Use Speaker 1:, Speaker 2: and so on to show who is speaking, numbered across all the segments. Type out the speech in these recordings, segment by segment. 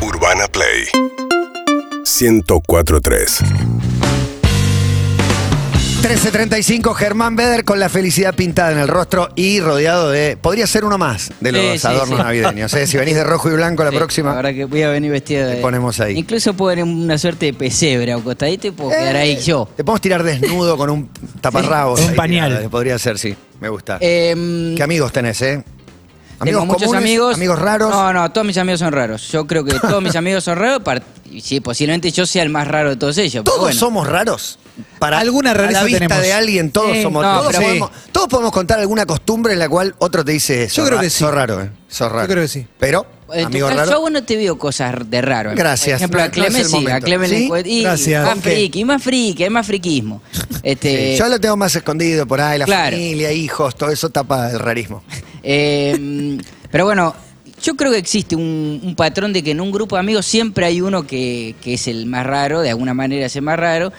Speaker 1: Urbana Play 1043.
Speaker 2: 13.35, Germán Beder con la felicidad pintada en el rostro y rodeado de. Podría ser uno más de los
Speaker 3: Sí, sí,
Speaker 2: adornos
Speaker 3: sí.
Speaker 2: navideños. ¿eh? Si venís de rojo y blanco la
Speaker 3: Sí,
Speaker 2: próxima.
Speaker 3: Ahora que voy a venir vestido de.
Speaker 2: Te ponemos ahí. Eh.
Speaker 3: Incluso puedo poner una suerte de pesebre a un costadito y puedo quedar ahí yo.
Speaker 2: Te podemos tirar desnudo con un taparrabos.
Speaker 4: Con un
Speaker 2: ahí,
Speaker 4: pañal.
Speaker 2: tirado. eh, Podría ser, sí. Me gusta.
Speaker 3: Em,
Speaker 2: ¿Qué amigos tenés, eh?
Speaker 3: tengo muchos
Speaker 2: comunes?
Speaker 3: amigos.
Speaker 2: Amigos raros.
Speaker 3: No, no, todos mis amigos son raros. Yo creo que todos mis amigos son raros. par- y Sí, posiblemente yo sea el más raro de todos ellos. pero
Speaker 2: Todos
Speaker 3: bueno.
Speaker 2: somos raros. Para
Speaker 4: Alguna
Speaker 2: a
Speaker 4: rareza
Speaker 2: la vista
Speaker 4: tenemos.
Speaker 2: de alguien, todos
Speaker 3: Sí,
Speaker 2: somos
Speaker 3: no,
Speaker 2: todos,
Speaker 3: pero
Speaker 2: podemos, todos podemos contar alguna costumbre en la cual otro te dice eso.
Speaker 4: Yo creo que sí.
Speaker 2: raro, eh. Sos raro.
Speaker 4: creo que sí.
Speaker 2: Pero,
Speaker 3: En tu
Speaker 2: amigo
Speaker 3: caso,
Speaker 2: raro.
Speaker 3: Yo a vos no te veo cosas de raro.
Speaker 2: Gracias.
Speaker 3: Por ejemplo,
Speaker 2: No,
Speaker 3: a
Speaker 2: no es
Speaker 3: Clemen
Speaker 2: el
Speaker 3: sí, a
Speaker 2: momento.
Speaker 3: Clemen
Speaker 2: ¿Sí?
Speaker 3: le encuentro- y
Speaker 4: Gracias.
Speaker 3: Más
Speaker 4: Ok.
Speaker 3: friki, y más friki, hay más friquismo. Este,
Speaker 2: Sí, yo lo tengo más escondido por ahí, la
Speaker 3: Claro.
Speaker 2: familia, hijos, todo eso tapa el rarismo.
Speaker 3: Eh, pero bueno, yo creo que existe un, un patrón de que en un grupo de amigos siempre hay uno que, que es el más raro, de alguna manera es el más raro,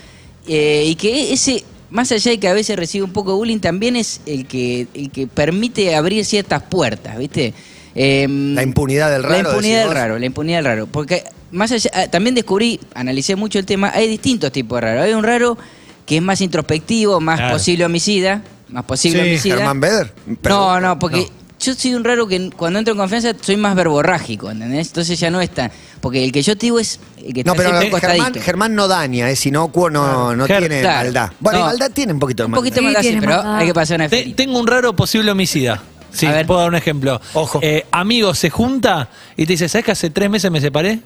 Speaker 3: eh, y que ese, más allá de que a veces recibe un poco de bullying, también es el que, el que permite abrir ciertas puertas, ¿viste? Eh,
Speaker 2: La impunidad del raro,
Speaker 3: La impunidad
Speaker 2: decís
Speaker 3: del
Speaker 2: vos.
Speaker 3: raro, la impunidad del raro. Porque más allá, ah, también descubrí, analicé mucho el tema, hay distintos tipos de raro. Hay un raro que es más introspectivo, más
Speaker 4: Claro.
Speaker 3: posible homicida, más posible
Speaker 4: Sí,
Speaker 3: homicida.
Speaker 2: Germán Beder.
Speaker 3: No, no, porque yo soy un raro que cuando entro en confianza soy más verborrágico, ¿entendés? Entonces ya no está. Porque el que yo te digo es el que está
Speaker 2: No, pero
Speaker 3: siempre
Speaker 2: no, Germán,
Speaker 3: acostadito.
Speaker 2: Germán no daña, es inocuo, no, no
Speaker 4: Claro.
Speaker 2: tiene
Speaker 3: Claro.
Speaker 2: maldad. Bueno,
Speaker 3: No.
Speaker 2: maldad tiene un poquito de
Speaker 3: un
Speaker 2: maldad.
Speaker 3: poquito
Speaker 5: Sí,
Speaker 3: más así,
Speaker 5: tiene
Speaker 3: pero
Speaker 5: maldad.
Speaker 3: hay que pasar una
Speaker 6: Te-
Speaker 3: esferita.
Speaker 6: tengo un raro posible homicida. Sí,
Speaker 3: A ver.
Speaker 6: puedo dar un ejemplo.
Speaker 2: Ojo.
Speaker 6: Eh, amigo se junta y te dice, ¿sabes que hace tres meses me separé?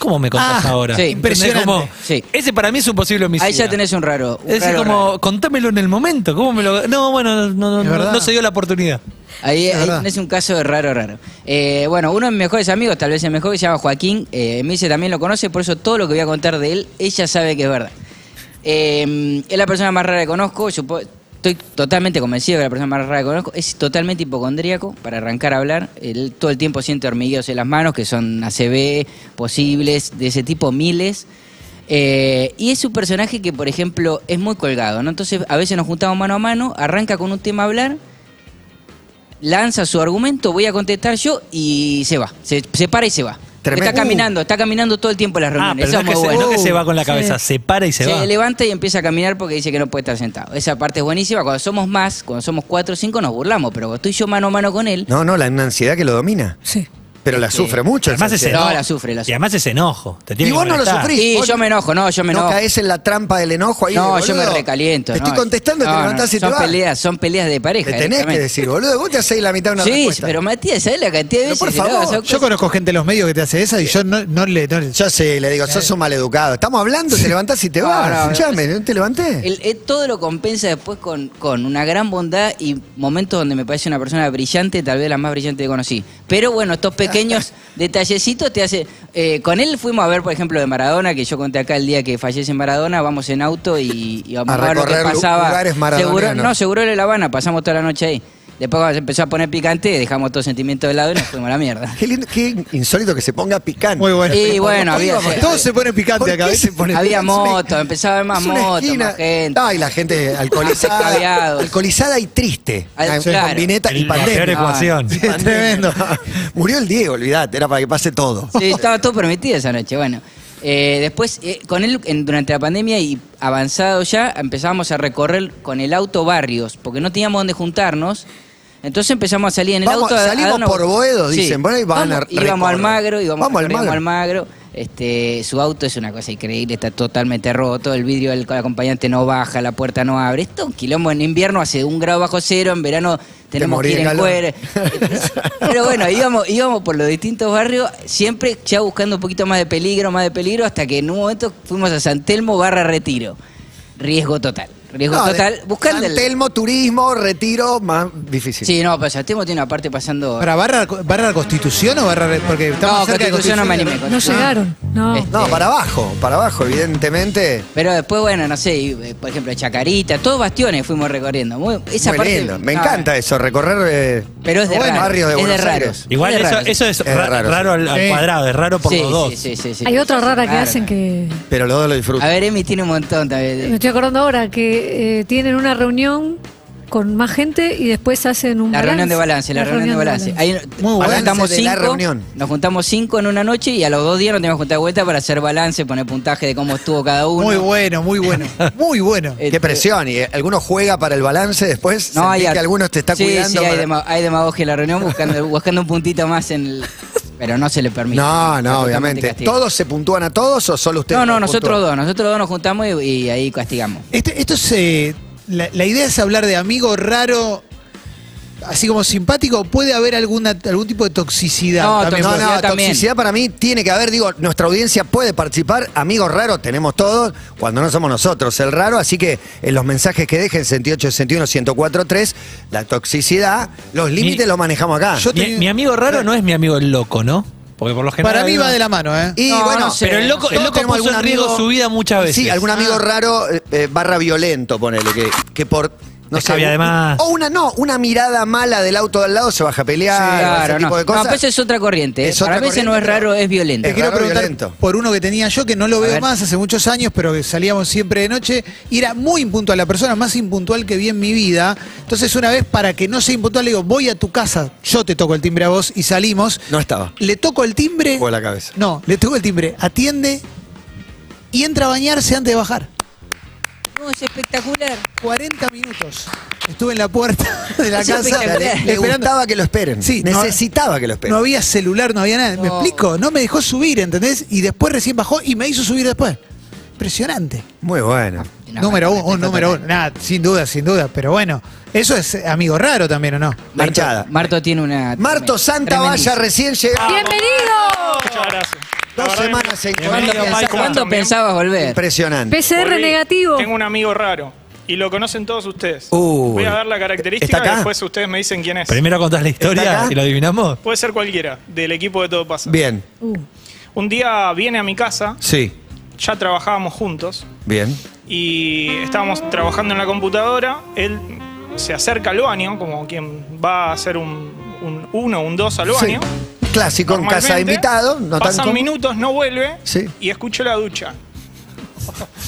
Speaker 6: ¿Cómo me contás
Speaker 4: Ah,
Speaker 6: ahora?
Speaker 3: sí.
Speaker 6: ¿Entendés?
Speaker 4: Impresionante.
Speaker 6: Como,
Speaker 3: Sí.
Speaker 6: Ese para mí es un posible homicida.
Speaker 3: Ahí ya tenés un raro. un
Speaker 6: Es decir,
Speaker 3: raro,
Speaker 6: como,
Speaker 3: raro.
Speaker 6: contámelo en el momento. ¿Cómo me lo.? No, bueno, no, no,
Speaker 4: Es
Speaker 6: no,
Speaker 4: verdad.
Speaker 6: no se dio la oportunidad.
Speaker 3: Ahí, ahí
Speaker 4: verdad.
Speaker 3: tenés un caso de raro, raro. Eh, bueno, uno de mis mejores amigos, tal vez el mejor, que se llama Joaquín. Eh, Mise también lo conoce, por eso todo lo que voy a contar de él, ella sabe que es verdad. Eh, es la persona más rara que conozco. supo- estoy totalmente convencido que es la persona más rara que conozco. Es totalmente hipocondríaco, para arrancar a hablar. Él todo el tiempo siente hormigueos en las manos, que son ACB, posibles, de ese tipo, miles. Eh, y es un personaje que, por ejemplo, es muy colgado, ¿no? Entonces, a veces nos juntamos mano a mano, arranca con un tema a hablar, lanza su argumento, voy a contestar yo y se va. Se, se para y se va.
Speaker 2: Tremendo.
Speaker 3: Está caminando, está caminando todo el tiempo en las
Speaker 6: Ah,
Speaker 3: reuniones.
Speaker 6: pero
Speaker 3: Eso
Speaker 6: no
Speaker 3: es
Speaker 6: es que,
Speaker 3: muy
Speaker 6: se,
Speaker 3: bueno.
Speaker 6: no que se va con la cabeza, se para y se,
Speaker 3: Se
Speaker 6: va.
Speaker 3: levanta y empieza a caminar porque dice que no puede estar sentado. Esa parte es buenísima. Cuando somos más, cuando somos cuatro o cinco, nos burlamos. Pero cuando estoy yo mano a mano con él,
Speaker 2: No, no, la una ansiedad que lo domina.
Speaker 5: Sí.
Speaker 2: Pero la sufre mucho.
Speaker 6: Además
Speaker 2: esa
Speaker 6: es
Speaker 2: ansiedad.
Speaker 6: enojo.
Speaker 3: No, la sufre, la
Speaker 6: Y además es enojo. Te tiene
Speaker 2: Y
Speaker 6: que
Speaker 2: vos no lo
Speaker 6: molestar.
Speaker 2: sufrís.
Speaker 3: y
Speaker 2: vos
Speaker 3: yo me enojo, no, yo me
Speaker 2: No
Speaker 3: enojo.
Speaker 2: caes en la trampa del enojo ahí.
Speaker 3: No,
Speaker 2: boludo.
Speaker 3: yo me recaliento.
Speaker 2: Te estoy
Speaker 3: no.
Speaker 2: contestando,
Speaker 3: No,
Speaker 2: te
Speaker 3: no,
Speaker 2: levantás y te
Speaker 3: son
Speaker 2: vas.
Speaker 3: peleas, son peleas de pareja.
Speaker 2: Te tenés que
Speaker 3: directamente.
Speaker 2: decir, boludo. Vos te hacés la mitad de una
Speaker 3: Sí,
Speaker 2: respuesta.
Speaker 3: pero Matías, ¿sabes la cantidad
Speaker 2: Pero
Speaker 3: de veces
Speaker 2: por
Speaker 3: que le
Speaker 2: favor,
Speaker 3: hago? Son
Speaker 4: Yo
Speaker 3: cosas-
Speaker 4: conozco gente de los medios que te hace esa y yo no, no le. no le-
Speaker 2: Yo sí, le digo, sos un maleducado. Estamos hablando, te levantás y te
Speaker 3: No,
Speaker 2: vas.
Speaker 3: no, no.
Speaker 2: Escuchame, no te levanté.
Speaker 3: El- eh, todo lo compensa después con, con una gran bondad y momentos donde me parece una persona brillante, tal vez la más brillante que conocí. Pero bueno, estos pequeños detallecitos te hace. eh, con él fuimos a ver, por ejemplo, de Maradona, que yo conté acá el día que fallece en Maradona, vamos en auto y, y vamos
Speaker 2: A
Speaker 3: ver lo que
Speaker 2: recorrer lu-
Speaker 3: pasaba.
Speaker 2: lugares maradonianos.
Speaker 3: Seguro- no, seguro era La Habana, pasamos toda la noche ahí. Después cuando se empezó a poner picante, dejamos todo sentimiento de lado y nos fuimos a la mierda.
Speaker 2: Qué, lindo, qué insólito que se ponga picante.
Speaker 4: Muy bueno.
Speaker 3: Y bueno,
Speaker 2: ¿Por qué
Speaker 3: había,
Speaker 2: íbamos?
Speaker 4: Todos se ponen
Speaker 2: ¿Por
Speaker 4: picante acá.
Speaker 2: qué
Speaker 4: ¿viste?
Speaker 2: se pone
Speaker 3: había
Speaker 2: picante? Es una-
Speaker 3: motos, empezaba a haber más
Speaker 2: es una
Speaker 3: motos,
Speaker 2: esquina.
Speaker 3: más gente.
Speaker 2: Ay, la gente alcoholizada.
Speaker 3: Extraviados.
Speaker 2: alcoholizada y triste.
Speaker 3: Al-
Speaker 2: Con
Speaker 3: claro.
Speaker 2: Combineta y
Speaker 6: El- La peor
Speaker 2: pandemia.
Speaker 6: ecuación.
Speaker 4: Sí, es tremendo.
Speaker 2: Murió el Diego, olvidate, era para que pase todo.
Speaker 3: Sí, estaba todo permitido esa noche. Bueno, Eh, después eh, con él en- durante la pandemia y avanzado ya empezábamos a recorrer con el auto barrios porque no teníamos dónde juntarnos. Entonces empezamos a salir en el
Speaker 2: Vamos,
Speaker 3: auto. a- a
Speaker 2: salimos
Speaker 3: dar una-
Speaker 2: por Boedo, dicen, por ahí van
Speaker 3: Vamos,
Speaker 2: a
Speaker 3: Íbamos
Speaker 2: recorrer.
Speaker 3: al Magro, íbamos
Speaker 2: Vamos al
Speaker 3: recorríamos
Speaker 2: Magro.
Speaker 3: Magro. Este, su auto es una cosa increíble, está totalmente roto, el vidrio del acompañante no baja, la puerta no abre. Esto es un quilombo en invierno hace un grado bajo cero, en verano tenemos
Speaker 2: morís
Speaker 3: que ir
Speaker 2: de
Speaker 3: en
Speaker 2: calor.
Speaker 3: cuero. Pero bueno, íbamos, íbamos por los distintos barrios, siempre ya buscando un poquito más de peligro, más de peligro, hasta que en un momento fuimos a San Telmo barra retiro. Riesgo total. Riesgo
Speaker 2: No, de-
Speaker 3: total.
Speaker 2: San
Speaker 3: Buscando el-
Speaker 2: Telmo, turismo, retiro, más difícil.
Speaker 3: Sí, no, pero San Telmo tiene una parte pasando.
Speaker 4: ¿Para barra, barra Constitución o barra.? Porque estamos
Speaker 3: No,
Speaker 4: cerca de
Speaker 3: Constitución no me animé.
Speaker 5: No llegaron. No.
Speaker 3: Este,
Speaker 2: No, para abajo, para abajo, evidentemente.
Speaker 3: Pero después, bueno, no sé, y, eh, por ejemplo, Chacarita, todos bastiones fuimos recorriendo. Muy- esa
Speaker 2: Muy
Speaker 3: parte-
Speaker 2: lindo. Me
Speaker 3: no,
Speaker 2: encanta eso, recorrer eh,
Speaker 3: Pero es de
Speaker 2: bueno,
Speaker 3: raro.
Speaker 2: barrios de
Speaker 3: es
Speaker 2: Buenos
Speaker 3: de raro.
Speaker 2: Aires.
Speaker 6: Igual
Speaker 3: Es de
Speaker 6: eso,
Speaker 3: raro.
Speaker 6: eso es,
Speaker 2: Es
Speaker 6: ra-
Speaker 2: raro.
Speaker 6: raro, al, al
Speaker 4: Sí.
Speaker 6: cuadrado, es raro por
Speaker 3: Ah, Sí,
Speaker 6: los dos.
Speaker 3: sí, sí, sí, sí.
Speaker 5: Hay otra rara que
Speaker 3: Raro.
Speaker 5: hacen que.
Speaker 2: pero los dos lo disfrutan.
Speaker 3: A ver, Emi tiene un montón
Speaker 5: Me
Speaker 3: también.
Speaker 5: estoy acordando ahora que eh, tienen una reunión
Speaker 1: con más gente y después hacen un
Speaker 3: La
Speaker 1: balance.
Speaker 3: reunión de balance, la, reunión, de balance. Ahí
Speaker 4: Muy
Speaker 3: nos
Speaker 4: bueno.
Speaker 3: juntamos
Speaker 2: Balance de la
Speaker 3: cinco,
Speaker 2: reunión.
Speaker 3: Nos juntamos cinco en una noche y a los dos días nos tenemos que juntar de vuelta para hacer balance, poner puntaje de cómo estuvo cada uno.
Speaker 4: Muy bueno, muy bueno. Muy bueno.
Speaker 3: Eh,
Speaker 2: Qué presión. Y eh, alguno juega para el balance después.
Speaker 3: No, hay
Speaker 2: Sentís que
Speaker 3: a-
Speaker 2: algunos te está
Speaker 3: sí,
Speaker 2: cuidando.
Speaker 3: Sí, hay,
Speaker 2: para-
Speaker 3: dema- hay demagogia en la reunión buscando, buscando un puntito más en el... Pero no se le permite.
Speaker 2: No, no,
Speaker 3: Totalmente
Speaker 2: obviamente.
Speaker 3: castigado.
Speaker 2: ¿Todos se puntúan a todos o solo ustedes?
Speaker 3: No, no,
Speaker 2: dos
Speaker 3: nosotros
Speaker 2: puntúan?
Speaker 3: dos. Nosotros dos nos juntamos y, y ahí castigamos.
Speaker 4: Este- esto es. eh, la, la idea es hablar de amigo raro, así como simpático. ¿Puede haber alguna, algún tipo de toxicidad?
Speaker 3: No,
Speaker 4: también?
Speaker 2: No, no,
Speaker 3: Toxicidad también.
Speaker 2: toxicidad para mí tiene que haber, digo, nuestra audiencia puede participar, amigos raros tenemos todos, cuando no somos nosotros el raro, así que en los mensajes que dejen, 68, 61, 104, 3, la toxicidad, los límites los manejamos acá.
Speaker 4: Yo
Speaker 6: Mi,
Speaker 4: te-
Speaker 6: mi amigo raro no es mi amigo el loco, ¿no? Porque por lo general.
Speaker 4: Para mí va de la mano, ¿eh?
Speaker 2: y
Speaker 3: No,
Speaker 2: bueno,
Speaker 3: no sé,
Speaker 6: Pero el loco, el
Speaker 2: todos
Speaker 6: loco
Speaker 2: tenemos
Speaker 6: puso en
Speaker 2: algún
Speaker 6: riesgo
Speaker 2: amigo-
Speaker 6: su vida muchas veces. Ah.
Speaker 2: Sí, algún amigo raro eh, eh, barra violento, ponele, que, que por... No sé,
Speaker 6: Escabia de más.
Speaker 2: O una, no, una mirada mala del auto de al lado se baja a pelear, ese
Speaker 3: claro,
Speaker 2: tipo
Speaker 3: no.
Speaker 2: de
Speaker 3: No,
Speaker 2: cosas.
Speaker 3: pero eso es otra corriente. ¿eh?
Speaker 2: Es otra
Speaker 3: para mí ese no es
Speaker 2: corriente,
Speaker 3: raro,
Speaker 2: pero-
Speaker 3: es violento.
Speaker 4: Te
Speaker 2: Es
Speaker 4: quiero
Speaker 2: raro,
Speaker 4: preguntar
Speaker 2: violento.
Speaker 4: por uno que tenía yo, que no lo veo
Speaker 3: ver.
Speaker 4: más hace muchos años, pero que salíamos siempre de noche, y era muy impuntual, la persona más impuntual que vi en mi vida. Entonces, una vez, para que no sea impuntual, le digo, voy a tu casa, yo te toco el timbre a vos, y salimos.
Speaker 2: No estaba.
Speaker 4: Le toco el timbre.
Speaker 2: Fue la cabeza.
Speaker 4: No, le toco el timbre, atiende y entra a bañarse antes de bajar.
Speaker 3: No, es espectacular.
Speaker 4: 40 minutos. Estuve en la puerta de la
Speaker 3: Es
Speaker 4: casa.
Speaker 2: O sea, le, le
Speaker 4: esperando.
Speaker 2: gustaba que lo esperen.
Speaker 4: Sí, no-
Speaker 2: necesitaba que lo esperen.
Speaker 4: No había celular, no había nada. ¿Me
Speaker 3: No.
Speaker 4: explico? No me dejó subir, ¿entendés? Y después recién bajó y me hizo subir después. Impresionante.
Speaker 2: Muy bueno.
Speaker 4: número uno, un
Speaker 3: total.
Speaker 4: número uno. Nada, sin duda, sin duda. Pero bueno, eso es eh, amigo raro también, ¿o no?
Speaker 2: La
Speaker 3: Marto,
Speaker 2: hinchada.
Speaker 3: Marto tiene una...
Speaker 2: Marto Santa Valla
Speaker 3: tremendísima.
Speaker 2: recién llegado.
Speaker 1: ¡Bienvenido!
Speaker 5: Muchas gracias. La
Speaker 2: Dos
Speaker 5: verdad que
Speaker 2: semanas en
Speaker 3: ¿Cuándo,
Speaker 5: Bienvenido,
Speaker 2: Colombia.
Speaker 3: pensabas-
Speaker 5: Michael.
Speaker 3: cuándo
Speaker 5: También.
Speaker 3: pensabas volver?
Speaker 2: Impresionante.
Speaker 1: PCR
Speaker 5: volví.
Speaker 1: negativo.
Speaker 5: Tengo un amigo raro y lo conocen todos ustedes.
Speaker 2: Uy.
Speaker 5: Voy a dar la
Speaker 2: Uh, ¿Está
Speaker 5: característica
Speaker 2: acá?
Speaker 5: y después ustedes me dicen quién es.
Speaker 6: Primero contás la
Speaker 2: ¿Está
Speaker 6: historia
Speaker 2: acá?
Speaker 6: y lo adivinamos.
Speaker 5: Puede ser cualquiera, del equipo de Todo Pasa.
Speaker 2: Bien.
Speaker 1: Uh,
Speaker 5: Un día viene a mi casa,
Speaker 2: Sí.
Speaker 5: ya trabajábamos juntos
Speaker 2: Bien.
Speaker 5: y estábamos trabajando en la computadora. Él se acerca al baño, como quien va a hacer un, un uno, un dos al
Speaker 2: Sí.
Speaker 5: baño.
Speaker 2: Clásico en casa de
Speaker 5: Normalmente,
Speaker 2: invitado. No tan
Speaker 5: pasan
Speaker 2: com-
Speaker 5: minutos, no vuelve
Speaker 2: Sí.
Speaker 5: y escucho la ducha.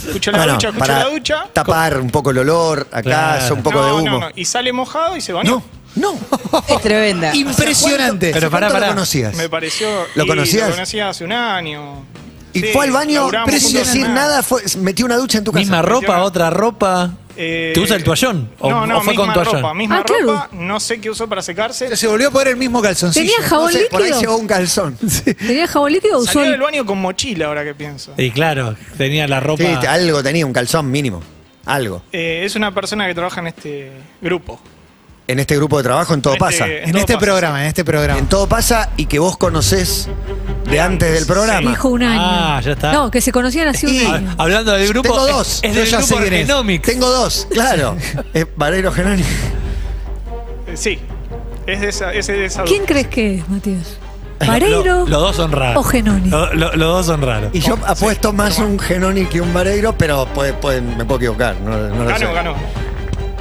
Speaker 5: Escucho la
Speaker 2: Bueno,
Speaker 5: ducha, escucho
Speaker 2: para
Speaker 5: la ducha.
Speaker 2: tapar un poco el olor, acá
Speaker 6: Claro.
Speaker 2: hace un poco
Speaker 5: no,
Speaker 2: de
Speaker 5: no,
Speaker 2: humo.
Speaker 5: no. Y sale mojado y se bañó.
Speaker 2: no.
Speaker 3: Es tremenda.
Speaker 4: Impresionante.
Speaker 6: Pero
Speaker 2: Pero
Speaker 6: pará,
Speaker 2: para,
Speaker 6: pará.
Speaker 2: lo conocías?
Speaker 5: Me pareció.
Speaker 2: ¿Lo
Speaker 5: y
Speaker 2: conocías?
Speaker 5: Lo conocía hace un año.
Speaker 2: Y
Speaker 5: Sí,
Speaker 2: fue al baño
Speaker 5: laburamos
Speaker 2: pero sin
Speaker 5: juntos
Speaker 2: decir
Speaker 5: en una-
Speaker 2: nada, fue, metió una ducha en tu casa.
Speaker 6: Misma ropa,
Speaker 5: Funciona.
Speaker 6: otra ropa.
Speaker 5: Eh,
Speaker 6: ¿Te usa el toallón? ¿O,
Speaker 5: no, no,
Speaker 6: o fue
Speaker 5: misma
Speaker 6: con toallón?
Speaker 5: ropa. Misma
Speaker 1: Ah, claro.
Speaker 5: ropa, no sé qué usó para secarse.
Speaker 4: Se volvió a poner el mismo calzoncillo.
Speaker 1: ¿Tenía jabón
Speaker 2: No sé, por ahí
Speaker 1: líquido?
Speaker 2: llegó un calzón. Sí,
Speaker 1: ¿Tenía jabón líquido o usó
Speaker 5: Salió del
Speaker 1: el-
Speaker 5: baño con mochila, ahora que pienso.
Speaker 6: Y claro, tenía la ropa.
Speaker 2: te- algo tenía, un calzón mínimo. Algo.
Speaker 5: Eh, es una persona que trabaja en este grupo.
Speaker 2: En este grupo de trabajo, en todo
Speaker 5: Este-
Speaker 2: pasa.
Speaker 4: En
Speaker 5: Todo
Speaker 4: este
Speaker 5: pasa,
Speaker 4: programa, en este programa.
Speaker 2: En todo pasa y que vos conocés de antes del programa.
Speaker 1: Dijo un año.
Speaker 6: Ah, ya está.
Speaker 1: No, que se conocían hace
Speaker 2: Y-
Speaker 1: un
Speaker 6: Ah,
Speaker 1: año.
Speaker 6: Hablando del grupo.
Speaker 2: Tengo
Speaker 6: es-
Speaker 2: dos,
Speaker 6: Es,
Speaker 4: yo
Speaker 6: del
Speaker 4: ya sé
Speaker 6: grupo
Speaker 4: quién es.
Speaker 6: Organomics.
Speaker 2: Tengo dos, claro. Eh, Valero Genoni.
Speaker 5: Eh, sí, es de esa. Es de esa
Speaker 1: ¿Quién crees que es, Matías? ¿Vareiro?
Speaker 6: Lo- Los dos son raros.
Speaker 1: o Genoni.
Speaker 6: Lo- lo- Los dos son raros.
Speaker 2: Y yo
Speaker 4: Oh,
Speaker 2: apuesto más un Genoni que un Vareiro, pero puede- puede- me puedo equivocar. No, no lo sé.
Speaker 5: Ganó, ganó.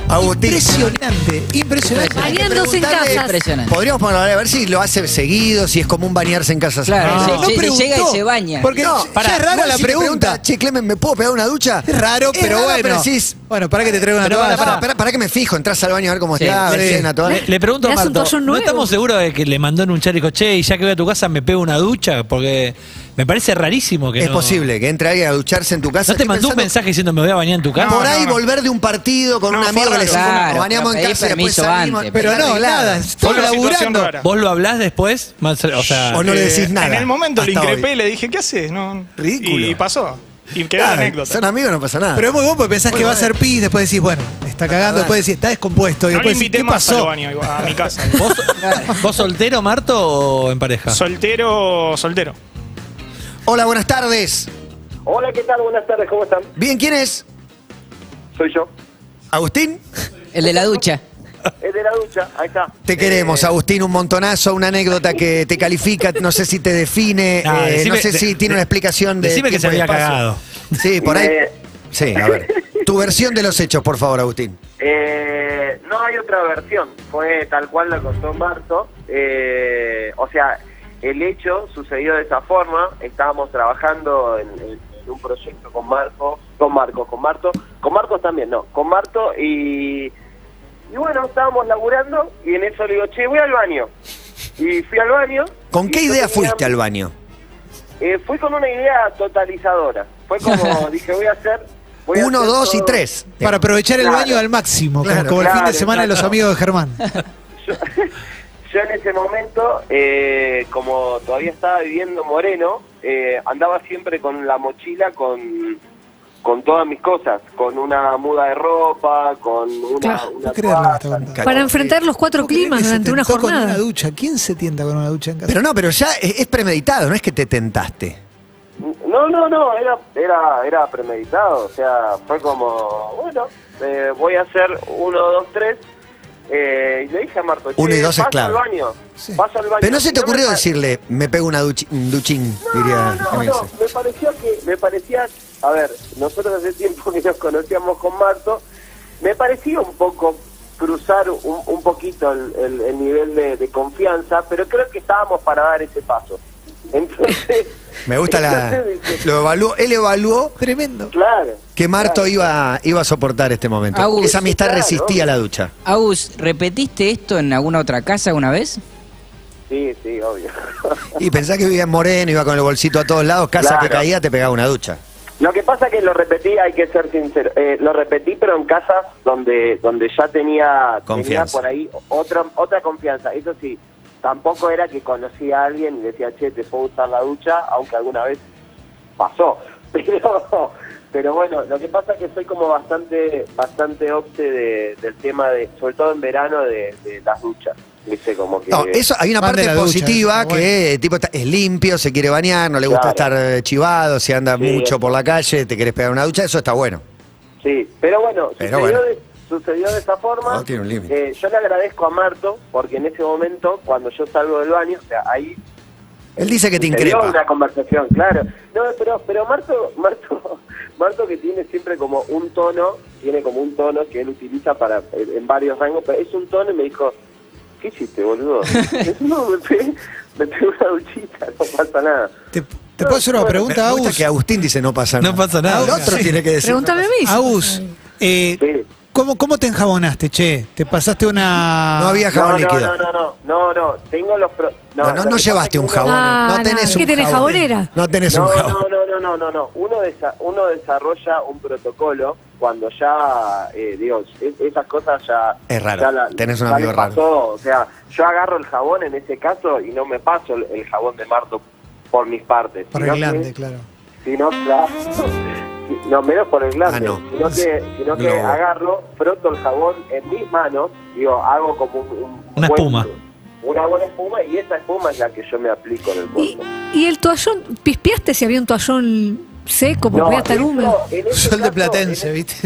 Speaker 2: Agustín.
Speaker 4: Impresionante, impresionante.
Speaker 1: Impresionante. Harían dos en
Speaker 2: Preguntale-
Speaker 1: casas.
Speaker 3: Impresionante.
Speaker 2: Podríamos hablar, a ver si lo hace seguido, si es común bañarse en casa.
Speaker 3: Claro,
Speaker 2: separada.
Speaker 3: sí. se- se llega y se baña.
Speaker 4: Porque
Speaker 2: No,
Speaker 4: ya
Speaker 2: pará,
Speaker 4: es rara
Speaker 2: igual
Speaker 4: la
Speaker 2: si te
Speaker 4: pregunta.
Speaker 2: Che, Clemen, ¿me puedo pegar una ducha?
Speaker 4: Es raro,
Speaker 2: Es
Speaker 4: pero
Speaker 2: raro,
Speaker 4: bueno.
Speaker 2: decís,
Speaker 4: Bueno, para que te traiga una
Speaker 6: Pero
Speaker 4: toalla.
Speaker 6: pará,
Speaker 2: pará, pará, pará que me fijo, entras al baño a ver cómo
Speaker 3: Sí,
Speaker 2: está, a ver
Speaker 4: sí.
Speaker 2: si hay una toalla.
Speaker 6: Le, le pregunto a
Speaker 1: Le hace un
Speaker 6: Marto,
Speaker 1: toallón
Speaker 6: ¿no
Speaker 1: nuevo.
Speaker 6: estamos seguros de que le mandó en un chat y dijo, che, y ya que voy a tu casa me pego una ducha? Porque me parece rarísimo que
Speaker 2: Es
Speaker 6: no-
Speaker 2: posible que entre alguien a ducharse en tu casa.
Speaker 6: ¿No te
Speaker 2: Estoy
Speaker 6: mandó un
Speaker 2: pensando-
Speaker 6: mensaje diciendo me voy a bañar en tu casa?
Speaker 2: por
Speaker 5: No,
Speaker 2: ahí
Speaker 5: no, no.
Speaker 2: volver de un partido con
Speaker 5: No,
Speaker 2: un
Speaker 5: fue
Speaker 2: amigo que le decís,
Speaker 3: raro.
Speaker 2: nos bañamos en casa,
Speaker 3: Claro, pedí
Speaker 2: después
Speaker 3: permiso
Speaker 2: salimos.
Speaker 3: antes,
Speaker 4: Pero no,
Speaker 2: arreglado.
Speaker 4: nada,
Speaker 5: Fue
Speaker 4: estoy
Speaker 5: una situación
Speaker 4: laburando.
Speaker 5: rara.
Speaker 6: ¿Vos lo hablás después? Más- O sea,
Speaker 2: O no le decís
Speaker 5: Eh,
Speaker 2: nada.
Speaker 5: En el momento le
Speaker 2: Hasta
Speaker 5: increpé
Speaker 2: hoy.
Speaker 5: y le dije, ¿qué haces? No.
Speaker 2: Ridículo.
Speaker 5: Y, y pasó. Y quedó la
Speaker 2: Claro,
Speaker 5: anécdota.
Speaker 2: Son amigos, no pasa nada.
Speaker 4: Pero es muy bueno porque pensás
Speaker 2: Muy
Speaker 4: que va a
Speaker 2: bueno.
Speaker 4: ser pis, después decís, bueno, está cagando, después decís, está descompuesto. Y
Speaker 5: no le
Speaker 4: después decís,
Speaker 5: invité
Speaker 4: ¿qué
Speaker 5: más al
Speaker 4: pasó?
Speaker 5: baño, igual, a mi casa.
Speaker 6: ¿vos, vos soltero, Marto, o en pareja?
Speaker 5: soltero, soltero.
Speaker 2: Hola, buenas tardes.
Speaker 7: Hola, ¿qué tal? Buenas tardes, ¿cómo están?
Speaker 2: Bien, ¿quién es?
Speaker 7: Soy yo.
Speaker 2: ¿Agustín?
Speaker 3: El de la ducha.
Speaker 7: Es de la ducha, ahí está.
Speaker 3: Eh,
Speaker 2: Te queremos, Agustín, un montonazo, una anécdota que te califica, no sé si te define,
Speaker 6: Ah,
Speaker 2: eh,
Speaker 6: decime-
Speaker 2: no sé si
Speaker 6: de-
Speaker 2: tiene
Speaker 6: de-
Speaker 2: una explicación de.
Speaker 6: decime que se
Speaker 2: tiempo y
Speaker 6: había
Speaker 2: espacio.
Speaker 6: cagado.
Speaker 2: Sí, por ahí.
Speaker 7: Eh.
Speaker 2: Sí, a ver. Tu versión de los hechos, por favor, Agustín.
Speaker 7: Eh, no hay otra versión, fue tal cual la contó Marto. Eh, o sea, el hecho sucedió de esa forma. Estábamos trabajando en, en- en un proyecto con Marco, con Marco, con Marto, con Marcos también, no, con Marto y Y bueno, estábamos laburando y en eso le digo, che, voy al baño. Y fui al baño.
Speaker 2: ¿Con
Speaker 7: y
Speaker 2: qué
Speaker 7: yo
Speaker 2: idea
Speaker 7: tenía-
Speaker 2: fuiste al baño?
Speaker 7: Eh, fui con una idea totalizadora. Fue como, dije, voy a hacer... voy a
Speaker 2: Uno,
Speaker 7: hacer
Speaker 2: dos y
Speaker 7: todo-
Speaker 2: tres.
Speaker 4: Para aprovechar el
Speaker 7: Claro.
Speaker 4: baño al máximo, como-
Speaker 2: Claro,
Speaker 4: como, el fin
Speaker 7: claro,
Speaker 4: de semana de los
Speaker 7: claro.
Speaker 4: amigos de Germán.
Speaker 7: yo, yo en ese momento, eh, como todavía estaba viviendo en Moreno, eh, andaba siempre con la mochila con, con todas mis cosas, con una muda de ropa, con una,
Speaker 1: Claro,
Speaker 7: una
Speaker 4: No creerlo lo que está
Speaker 7: toalla.
Speaker 4: contando.
Speaker 1: Para enfrentar los cuatro
Speaker 4: ¿Cómo crees
Speaker 1: climas
Speaker 4: que se
Speaker 1: durante una
Speaker 4: tentó con
Speaker 1: jornada.
Speaker 4: una ducha? ¿Quién se tienta con una ducha en casa?
Speaker 2: Pero no, pero ya es es premeditado, no es que te tentaste.
Speaker 7: No, no, no, era, era, era premeditado, o sea, fue como, bueno, eh, voy a hacer uno, dos, tres. Eh, y le dije a Marto,
Speaker 2: Uno y
Speaker 7: "Che,
Speaker 2: dos es
Speaker 7: paso
Speaker 2: clave.
Speaker 7: al baño,
Speaker 4: Sí.
Speaker 7: paso al baño.
Speaker 2: Pero no se te
Speaker 7: Y me
Speaker 2: ocurrió
Speaker 7: pa-
Speaker 2: decirle, me pego una duchi- un duchín,
Speaker 7: No,
Speaker 2: diría.
Speaker 7: no,
Speaker 2: Maxi.
Speaker 7: no, me parecía que, me parecía, a ver, nosotros hace tiempo que nos conocíamos con Marto, me parecía un poco cruzar un, un poquito el, el- el nivel de, de confianza, pero creo que estábamos para dar ese paso. Entonces,
Speaker 2: Me gusta la.
Speaker 7: entonces dije,
Speaker 2: Lo evaluó, él evaluó
Speaker 4: Tremendo.
Speaker 7: claro.
Speaker 2: que Marto
Speaker 7: claro.
Speaker 2: iba, iba a soportar este momento.
Speaker 3: Agus.
Speaker 2: Esa amistad
Speaker 7: Claro.
Speaker 2: resistía la ducha.
Speaker 3: Agus, ¿repetiste esto en alguna otra casa alguna vez?
Speaker 7: Sí, sí, obvio.
Speaker 2: Y pensá que vivía en Moreno, iba con el bolsito a todos lados, casa que
Speaker 7: Claro.
Speaker 2: caía, te pegaba una ducha.
Speaker 7: Lo que pasa que lo repetí, hay que ser sincero, eh, lo repetí pero en casas donde donde ya tenía, tenía
Speaker 2: Confianza.
Speaker 7: por ahí otra otra confianza. Eso sí, tampoco era que conocía a alguien y decía, che, te puedo usar la ducha, aunque alguna vez pasó. Pero pero bueno, lo que pasa que soy como bastante bastante opte de- del tema, de sobre todo en verano, de, de las duchas. Viste, como que...
Speaker 2: No, eso hay una
Speaker 4: Mande
Speaker 2: parte
Speaker 4: la ducha,
Speaker 2: positiva
Speaker 4: eso,
Speaker 2: que el tipo está- es limpio, se quiere bañar, no le gusta
Speaker 7: Claro.
Speaker 2: estar eh, chivado, si anda
Speaker 7: Sí.
Speaker 2: mucho por la calle, te querés pegar una ducha, eso está bueno.
Speaker 7: Sí, pero bueno,
Speaker 2: Pero
Speaker 7: sucedió,
Speaker 2: bueno.
Speaker 7: De, sucedió de esa forma.
Speaker 2: Todo tiene un límite.
Speaker 7: Eh, yo le agradezco a Marto porque en ese momento, cuando yo salgo del baño, o sea, ahí
Speaker 2: Él dice que te
Speaker 7: sucedió
Speaker 2: increpa.
Speaker 7: una conversación, claro. No, pero, pero Marto, Marto, Marto que tiene siempre como un tono, tiene como un tono que él utiliza para en en varios rangos, pero es un tono y me dijo, ¿qué hiciste, boludo? no, me pegué, me pegué una duchita, no pasa nada.
Speaker 4: ¿Te, te puedo hacer una
Speaker 2: Me
Speaker 4: pregunta,
Speaker 2: gusta
Speaker 4: Agus?
Speaker 2: que Agustín dice no pasa nada.
Speaker 6: No pasa nada.
Speaker 2: El otro
Speaker 6: Sí.
Speaker 2: tiene que decir.
Speaker 1: Pregúntame a mí. si
Speaker 4: Agus,
Speaker 1: pasa.
Speaker 4: eh,
Speaker 7: Sí.
Speaker 4: ¿cómo, ¿cómo te enjabonaste, che? ¿Te pasaste una...?
Speaker 2: No había jabón
Speaker 7: no,
Speaker 2: líquido.
Speaker 7: No, no, no, no, no, tengo los... pro-
Speaker 2: No, no,
Speaker 7: lo que
Speaker 2: llevaste
Speaker 7: pasa
Speaker 2: un
Speaker 7: es que uno-
Speaker 2: jabón.
Speaker 1: Ah,
Speaker 2: no
Speaker 1: no,
Speaker 2: tenés
Speaker 1: es
Speaker 2: un
Speaker 1: que tenés
Speaker 2: jabón.
Speaker 1: jabonera.
Speaker 2: No tenés
Speaker 7: no,
Speaker 2: un jabón.
Speaker 7: No, no, no, no, no, no. Uno, desa- uno desarrolla un protocolo cuando ya, eh, digo, es- esas cosas ya...
Speaker 2: Es raro.
Speaker 7: ya
Speaker 2: Tenés un
Speaker 7: ya
Speaker 2: amigo
Speaker 7: le
Speaker 2: raro.
Speaker 7: pasó. O sea, yo agarro el jabón en ese caso y no me paso el, el jabón de Marto por mis partes.
Speaker 4: Por
Speaker 7: sino
Speaker 4: el glande,
Speaker 7: que-
Speaker 4: claro.
Speaker 7: Sino, claro, no, menos por el glande.
Speaker 2: Ah, no.
Speaker 7: Sino que, sino que
Speaker 2: Globo.
Speaker 7: agarro, froto el jabón en mis manos, digo, hago como un... un
Speaker 6: Una
Speaker 7: buen-
Speaker 6: espuma.
Speaker 7: Una buena espuma y esa espuma es la que yo me aplico en el
Speaker 1: Y,
Speaker 7: cuerpo.
Speaker 1: y el toallón, ¿pispeaste si había un toallón seco? Porque voy a estar
Speaker 7: eso,
Speaker 1: húmedo.
Speaker 7: en ese
Speaker 4: Sol de
Speaker 7: caso,
Speaker 4: Platense,
Speaker 7: en-
Speaker 4: ¿viste?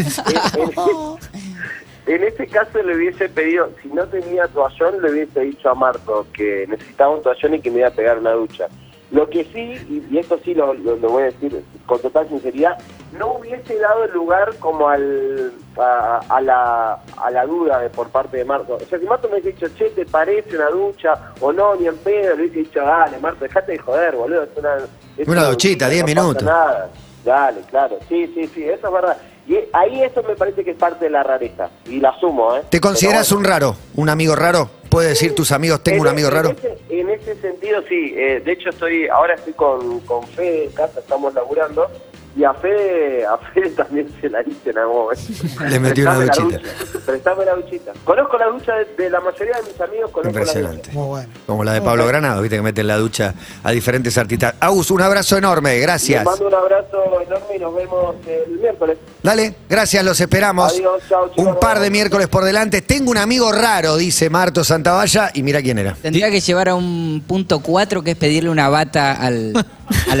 Speaker 7: En este caso le hubiese pedido, si no tenía toallón, le hubiese dicho a Marco que necesitaba un toallón y que me iba a pegar una ducha. Lo que sí, y, y esto sí lo, lo- lo voy a decir con total sinceridad, no hubiese dado lugar como al, a, a la, a la duda de- por parte de Marco. O sea, si Marco me hubiese dicho, che, ¿te parece una ducha? O no, ni en pedo, le hubiese dicho, dale, Marco, dejate de joder, boludo. Es una, es
Speaker 2: Una duchita, 10
Speaker 7: no
Speaker 2: minutos.
Speaker 7: pasa nada. Dale, claro. Sí, sí, sí, eso es verdad. Y ahí eso me parece que es parte de la rareza. Y la sumo, ¿eh?
Speaker 2: ¿Te consideras un raro? ¿Un amigo raro? ¿Puede decir tus amigos, tengo un amigo raro?
Speaker 7: En ese, en ese sentido, sí. Eh, de hecho, estoy ahora estoy con, con Fede en casa, estamos laburando. Y a Fede, a Fede también se la hice en algún momento.
Speaker 2: Le metió una
Speaker 7: Prestame la
Speaker 2: duchita.
Speaker 7: ducha, Prestame la duchita. Conozco la ducha de, de la mayoría de mis amigos. Conozco
Speaker 2: Impresionante.
Speaker 4: Muy bueno.
Speaker 2: Como la de Pablo Granado, viste que mete en la ducha a diferentes artistas. Agus, un abrazo enorme,
Speaker 7: La ducha. Les
Speaker 2: gracias.
Speaker 7: mando un abrazo enorme y nos vemos el miércoles.
Speaker 2: Dale, gracias, los esperamos.
Speaker 7: Adiós, chau, chicos.
Speaker 2: Un par de miércoles por delante. Tengo un amigo raro, dice Marto Santavalla, y mira quién era.
Speaker 3: Tendría que llevar a un punto cuatro que es pedirle una bata al, al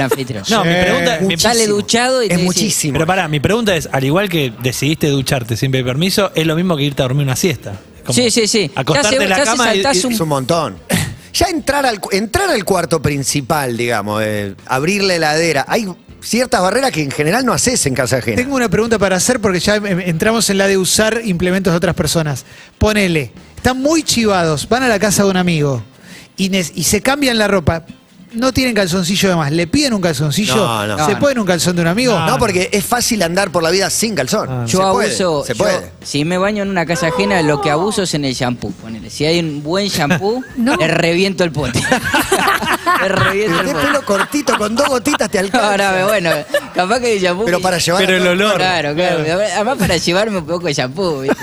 Speaker 3: anfitrión.
Speaker 6: No, mi pregunta, mi-
Speaker 3: Sale duchado y te
Speaker 2: Es
Speaker 3: dice-
Speaker 2: muchísimo.
Speaker 6: pero pará, mi pregunta es, al igual que decidiste ducharte sin pedir permiso, es lo mismo que irte a dormir una siesta. Como
Speaker 3: Sí, sí, sí.
Speaker 6: Acostarte
Speaker 3: Ya se-
Speaker 6: en la
Speaker 3: ya se
Speaker 6: cama y- y-
Speaker 3: saltás un-
Speaker 2: Es un montón. Ya entrar al, cu- entrar al cuarto principal, digamos, eh, abrir la heladera. Hay ciertas barreras que en general no haces en casa ajena.
Speaker 4: Tengo una pregunta para hacer porque ya em, entramos en la de usar implementos de otras personas. Ponele, están muy chivados, van a la casa de un amigo y, nes- y se cambian la ropa. no tienen calzoncillo de más. ¿Le piden un calzoncillo?
Speaker 2: No, no.
Speaker 4: ¿Se
Speaker 3: No,
Speaker 4: ponen un calzón de un amigo?
Speaker 2: No, porque es fácil andar por la vida sin calzón. se
Speaker 3: Yo
Speaker 2: puede,
Speaker 3: abuso.
Speaker 2: se
Speaker 3: yo-
Speaker 2: puede.
Speaker 3: si me baño en una casa ajena, lo que abuso es en el shampoo. ponele. Si hay un buen shampoo,
Speaker 1: No.
Speaker 3: le reviento el pote. le reviento el
Speaker 2: Tenés
Speaker 3: pote.
Speaker 2: pelo cortito con dos gotitas te alcanza.
Speaker 3: Ahora, me- bueno, capaz que el shampoo.
Speaker 2: Pero para llevar
Speaker 6: Pero
Speaker 2: a
Speaker 6: el
Speaker 2: todo-
Speaker 6: olor.
Speaker 3: Claro, claro. Además, para llevarme un poco de shampoo. ¿viste?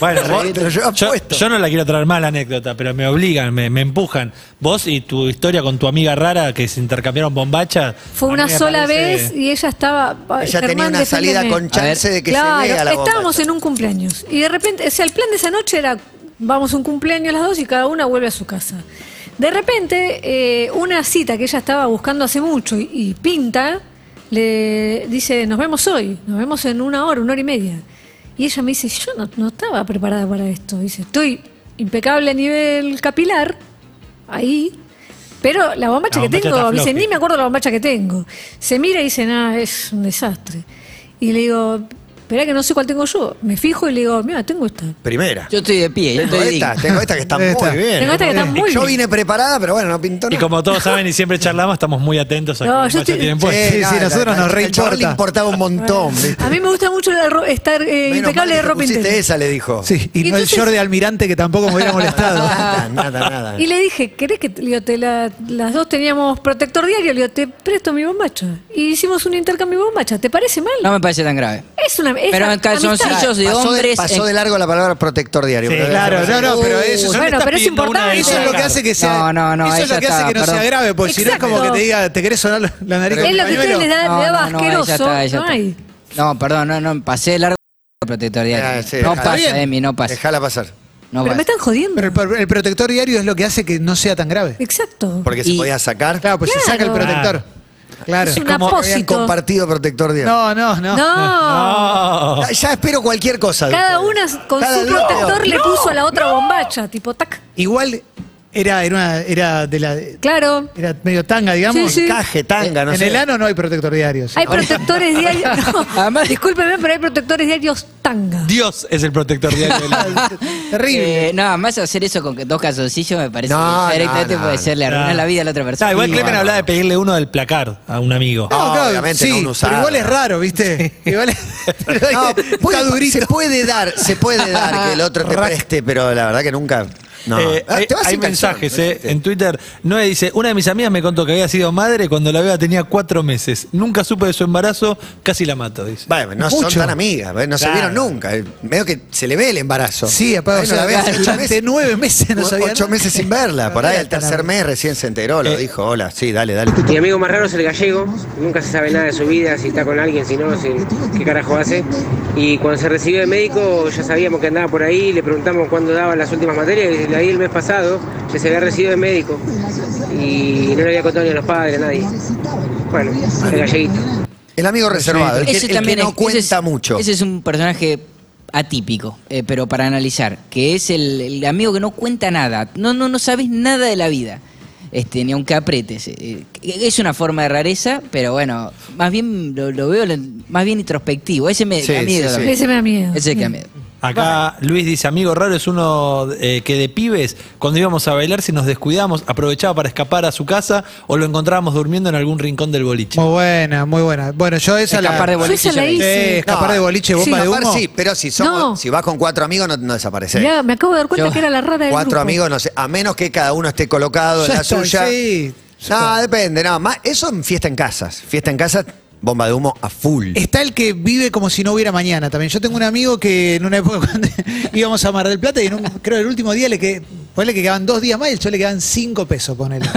Speaker 6: Bueno,
Speaker 2: Te lo llevas
Speaker 6: yo,
Speaker 2: puesto.
Speaker 6: yo no la quiero traer mal la anécdota, pero me obligan, me, me empujan. Vos y tu historia con tu amiga rara que se intercambiaron bombachas.
Speaker 1: Fue
Speaker 6: a
Speaker 1: una
Speaker 6: mí me
Speaker 1: sola
Speaker 6: parece-
Speaker 1: vez y ella estaba. ay,
Speaker 2: Ella tenía
Speaker 1: Germán,
Speaker 2: una salida
Speaker 1: defiéndeme.
Speaker 2: con chance
Speaker 3: A ver.
Speaker 2: de que
Speaker 1: claro,
Speaker 2: se vea la bomba.
Speaker 1: estábamos en un cumpleaños. Y de repente, o sea, el plan de esa noche era: vamos a un cumpleaños a las dos y cada una vuelve a su casa. De repente, eh, una cita que ella estaba buscando hace mucho y, y pinta, le dice: Nos vemos hoy, nos vemos en una hora, una hora y media. Y ella me dice: Yo no, no estaba preparada para esto. Dice: Estoy impecable a nivel capilar, ahí. Pero la bombacha
Speaker 6: La
Speaker 1: que
Speaker 6: bombacha
Speaker 1: tengo,
Speaker 6: está
Speaker 1: dice,
Speaker 6: floppy.
Speaker 1: ni me acuerdo la bombacha que tengo. Se mira y dice, nada, es un desastre. Y le digo, espera que no sé cuál tengo yo. Me fijo y le digo, mira, tengo esta.
Speaker 2: Primera.
Speaker 3: Yo estoy de pie, yo
Speaker 2: tengo
Speaker 3: estoy digno.
Speaker 2: esta, tengo esta que está muy
Speaker 4: Esta.
Speaker 2: bien.
Speaker 1: Tengo esta que está muy
Speaker 2: Yo
Speaker 1: bien.
Speaker 2: vine preparada, pero bueno, no pintó
Speaker 6: Y
Speaker 2: nada.
Speaker 6: como todos saben y siempre charlamos, estamos muy atentos a
Speaker 1: No,
Speaker 6: no,
Speaker 1: yo estoy-
Speaker 6: tienen
Speaker 2: Sí,
Speaker 6: puesto.
Speaker 4: sí,
Speaker 2: nada,
Speaker 4: nosotros
Speaker 2: la-
Speaker 4: nos
Speaker 2: el
Speaker 4: reimporta.
Speaker 2: chabón le importaba un montón. ¿viste?
Speaker 1: A mí me gusta mucho la ro- estar eh,
Speaker 2: Menos
Speaker 1: Ah, impecable
Speaker 2: mal
Speaker 1: de
Speaker 2: que te
Speaker 1: ropa
Speaker 2: pusiste
Speaker 1: interior.
Speaker 2: esa, le dijo.
Speaker 4: Sí, y, no
Speaker 1: Y
Speaker 4: el
Speaker 1: entonces-
Speaker 4: short de almirante que tampoco me hubiera molestado.
Speaker 2: Nada, nada, nada.
Speaker 1: Y le dije, ¿querés que te- le digo, te la- las dos teníamos protector diario? Le digo, te presto mi bombacha. Y hicimos un intercambio de bombacha. ¿Te parece mal?
Speaker 3: No me parece tan grave.
Speaker 1: Es una. es
Speaker 3: Pero en
Speaker 1: amistad.
Speaker 3: calzoncillos de
Speaker 2: pasó, de,
Speaker 3: hombres.
Speaker 2: pasó
Speaker 3: en-
Speaker 2: de largo la palabra protector diario.
Speaker 6: Sí,
Speaker 2: Pero-
Speaker 4: Claro, no, no, pero eso,
Speaker 1: Uy,
Speaker 4: eso
Speaker 1: bueno,
Speaker 4: no está
Speaker 1: pero es
Speaker 4: pidiendo una
Speaker 1: importante.
Speaker 4: de- Eso es lo que hace que sea.
Speaker 3: No, no, no,
Speaker 4: Eso
Speaker 3: ahí
Speaker 4: es lo
Speaker 3: ya
Speaker 4: que hace
Speaker 3: está,
Speaker 4: que no sea
Speaker 3: perdón.
Speaker 4: grave, porque si no es como que
Speaker 1: Exacto.
Speaker 4: te diga, te querés sonar la- la nariz.
Speaker 2: Pero
Speaker 4: con
Speaker 1: Es
Speaker 4: el
Speaker 1: lo que a
Speaker 4: pañuelo.
Speaker 1: ustedes les da,
Speaker 3: No,
Speaker 1: le daba
Speaker 3: no, no, ahí ya
Speaker 1: Ah, asqueroso.
Speaker 3: está, ahí ya
Speaker 1: no
Speaker 3: está.
Speaker 1: hay.
Speaker 3: No, perdón, no, no, pasé de largo protector
Speaker 4: eh,
Speaker 3: diario.
Speaker 2: Ah, sí,
Speaker 3: no
Speaker 2: está
Speaker 3: pasa,
Speaker 2: bien.
Speaker 3: Emi, no pasa.
Speaker 2: Dejala pasar.
Speaker 3: No
Speaker 1: Pero me
Speaker 3: pasa.
Speaker 1: están jodiendo.
Speaker 4: Pero el, pro- el protector diario es lo que hace que no sea tan grave.
Speaker 1: Exacto.
Speaker 2: Porque se
Speaker 3: Y-
Speaker 2: podía sacar.
Speaker 4: Claro, pues se
Speaker 1: Claro.
Speaker 4: saca el protector. Claro.
Speaker 1: Es un
Speaker 2: Habían
Speaker 1: apósito.
Speaker 2: compartido protector diario.
Speaker 4: No, no, no.
Speaker 1: no.
Speaker 6: Oh.
Speaker 2: Ya- Ya espero cualquier cosa. de
Speaker 1: Cada
Speaker 2: ustedes.
Speaker 1: una con
Speaker 2: Cada
Speaker 1: su
Speaker 2: día
Speaker 1: protector
Speaker 2: peor.
Speaker 1: le puso a la otra bombacha, tipo tac.
Speaker 4: Igual era, era, una- era de la.
Speaker 1: Claro.
Speaker 4: Era medio tanga, digamos.
Speaker 1: Sí, sí.
Speaker 2: Caje, tanga, no
Speaker 4: en
Speaker 2: sé.
Speaker 4: el ano no hay protector diario. sí.
Speaker 1: Hay protectores diarios. no,
Speaker 3: Además-
Speaker 1: discúlpeme, pero hay protectores diarios tanga.
Speaker 6: Dios es el protector diario. de la-
Speaker 4: Terrible.
Speaker 3: Eh, nada más hacer eso con que dos calzoncillos me parece
Speaker 2: No,
Speaker 3: que directamente
Speaker 2: no, no,
Speaker 3: puede ser le arruinas
Speaker 6: no.
Speaker 3: la vida a la otra persona.
Speaker 6: Ah, igual
Speaker 3: Y
Speaker 6: Clemen
Speaker 3: bueno,
Speaker 6: hablaba de pedirle uno del placar a un amigo.
Speaker 2: Ah, obviamente,
Speaker 4: sí,
Speaker 2: no un usado.
Speaker 4: pero igual es raro, ¿viste? Igual es,
Speaker 2: No, puede-
Speaker 4: está durito.
Speaker 2: se puede dar, se puede dar que el otro te preste, pero la verdad que nunca. No.
Speaker 6: Eh,
Speaker 2: Ah,
Speaker 6: hay
Speaker 2: te vas
Speaker 6: hay
Speaker 2: sin calzón,
Speaker 6: mensajes
Speaker 2: ¿no?
Speaker 6: eh, en Twitter. Noé dice, una de mis amigas me contó que había sido madre cuando la beba tenía cuatro meses. Nunca supe de su embarazo, casi la mato, dice.
Speaker 2: Bueno, no son
Speaker 4: Mucho.
Speaker 2: tan amigas, eh, no se
Speaker 6: Claro.
Speaker 2: vieron nunca. eh, Medio que se le ve el embarazo.
Speaker 4: Sí, aparte,
Speaker 2: Ahí
Speaker 4: o
Speaker 2: no la
Speaker 4: sea,
Speaker 2: ves hace ocho
Speaker 4: durante
Speaker 2: meses.
Speaker 4: nueve meses no
Speaker 2: O-
Speaker 4: sabía
Speaker 2: Ocho
Speaker 4: nada.
Speaker 2: meses sin verla. Por ahí al tercer mes recién se enteró, lo
Speaker 6: Eh.
Speaker 2: dijo. Hola, sí, dale, dale.
Speaker 8: Mi amigo más raro es el gallego, nunca se sabe nada de su vida, si está con alguien, si no, si- qué carajo hace. Y cuando se recibió de médico ya sabíamos que andaba por ahí, le preguntamos cuándo daba las últimas materias, y dice, la di el mes pasado, ya se había recibido de médico. Y no le había contado ni a los padres, a nadie. Bueno, el galleguito.
Speaker 2: El amigo reservado, el que, el que no
Speaker 3: es-
Speaker 2: cuenta
Speaker 3: ese es-
Speaker 2: mucho.
Speaker 3: Ese es un personaje atípico, eh, pero para analizar, que es el, el amigo que no cuenta nada, no, no, no sabes nada de la vida. Este, ni aunque apretes. eh, es una forma de rareza, pero bueno, más bien lo, lo veo lo- más bien introspectivo. Ese me
Speaker 2: Sí,
Speaker 3: da
Speaker 2: sí,
Speaker 3: miedo.
Speaker 2: sí.
Speaker 3: también.
Speaker 1: Ese me da miedo.
Speaker 3: Ese que da miedo.
Speaker 6: Acá Luis dice, amigo raro es uno eh, que de pibes, cuando íbamos a bailar, si nos descuidamos, aprovechaba para escapar a su casa o lo encontrábamos durmiendo en algún rincón del boliche.
Speaker 4: Muy buena, muy buena. Bueno, yo esa la.
Speaker 3: Escapar de
Speaker 1: Yo esa
Speaker 3: bolsillo.
Speaker 1: la
Speaker 4: Sí,
Speaker 1: hice.
Speaker 4: escapar
Speaker 2: No,
Speaker 4: de boliche, bomba de
Speaker 2: escapar
Speaker 4: humo.
Speaker 2: sí, pero si somos,
Speaker 1: No.
Speaker 2: si vas con cuatro amigos no, no desapareces.
Speaker 1: Mirá, me acabo de dar cuenta
Speaker 3: Yo-
Speaker 1: que era la rara del
Speaker 2: Cuatro
Speaker 1: grupo.
Speaker 2: amigos, no sé, a menos que cada uno esté colocado en
Speaker 4: Ya
Speaker 2: la
Speaker 4: estoy,
Speaker 2: suya.
Speaker 4: sí.
Speaker 2: No, depende, no, más, eso en fiesta en casas. Fiesta en casas, bomba de humo a full.
Speaker 4: Está el que vive como si no hubiera mañana también. Yo tengo un amigo que en una época cuando íbamos a Mar del Plata y en un- creo el último día le que ponele que quedaban dos días más y yo le quedaban cinco pesos, ponele.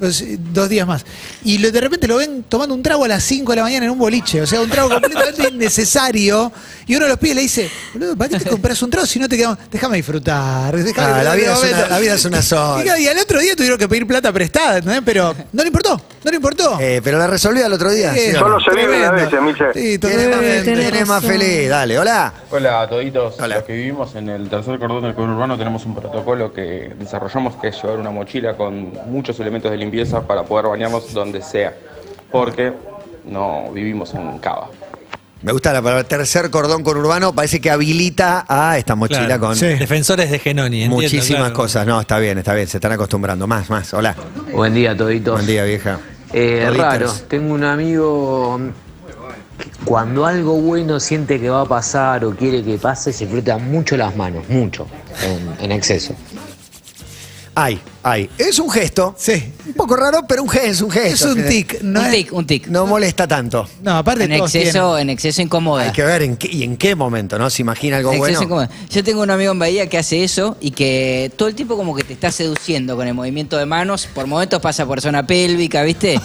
Speaker 4: Dos, dos días más. Y lo- de repente lo ven tomando un trago a las cinco de la mañana en un boliche. O sea, un trago completamente innecesario. Y uno de los pibes le dice, boludo, ¿para qué te compras un trago si no te quedamos? Déjame disfrutar. déjame
Speaker 2: Ah, la vida es una-
Speaker 4: momento".
Speaker 2: la vida es una sola.
Speaker 4: Y claro, Y al otro día tuvieron que pedir plata prestada, ¿entendés? Pero no le importó, no le importó.
Speaker 2: Eh, pero la resolví al otro día.
Speaker 4: Eh,
Speaker 2: ¿sí o
Speaker 4: Solo
Speaker 2: no?
Speaker 4: se vive la vez, Miche. Sí,
Speaker 2: ¿Quién es más,
Speaker 1: Eh,
Speaker 2: fel-
Speaker 1: tenés
Speaker 2: quién es más
Speaker 1: razón.
Speaker 2: feliz? Dale, hola.
Speaker 9: Hola a toditos.
Speaker 2: Hola.
Speaker 9: Los que vivimos en el tercer cordón del conurbano tenemos un protocolo que desarrollamos que es llevar una mochila con muchos elementos de limpieza para poder bañarnos donde sea. Porque no vivimos en cava.
Speaker 2: Me gusta la palabra tercer cordón conurbano, parece que habilita a esta mochila
Speaker 6: Claro.
Speaker 2: con
Speaker 4: Sí.
Speaker 6: Defensores de Genoni, entiendo,
Speaker 2: muchísimas
Speaker 6: claro.
Speaker 2: cosas. No, está bien, está bien, se están acostumbrando. Más, más. Hola.
Speaker 8: Buen día, toditos.
Speaker 2: Buen día, vieja.
Speaker 8: Eh,
Speaker 2: Toditos.
Speaker 8: raro, tengo un amigo que cuando algo bueno siente que va a pasar o quiere que pase, se frota mucho las manos, mucho, en, en exceso.
Speaker 2: Ay, ay. Es un gesto.
Speaker 4: Sí.
Speaker 2: Un poco raro, pero un gesto, es un
Speaker 4: Es
Speaker 2: gesto.
Speaker 4: un tic, no
Speaker 3: un
Speaker 4: es-
Speaker 3: tic, un tic.
Speaker 2: No molesta tanto.
Speaker 4: No, aparte
Speaker 3: en
Speaker 4: todos
Speaker 3: exceso, en exceso incomoda.
Speaker 2: Hay que ver en qué, y en qué momento, ¿no? Se imagina algo
Speaker 3: En
Speaker 2: bueno.
Speaker 3: exceso incomoda. Yo tengo un amigo en Bahía que hace eso y que todo el tiempo como que te está seduciendo con el movimiento de manos, por momentos pasa por zona pélvica, ¿viste?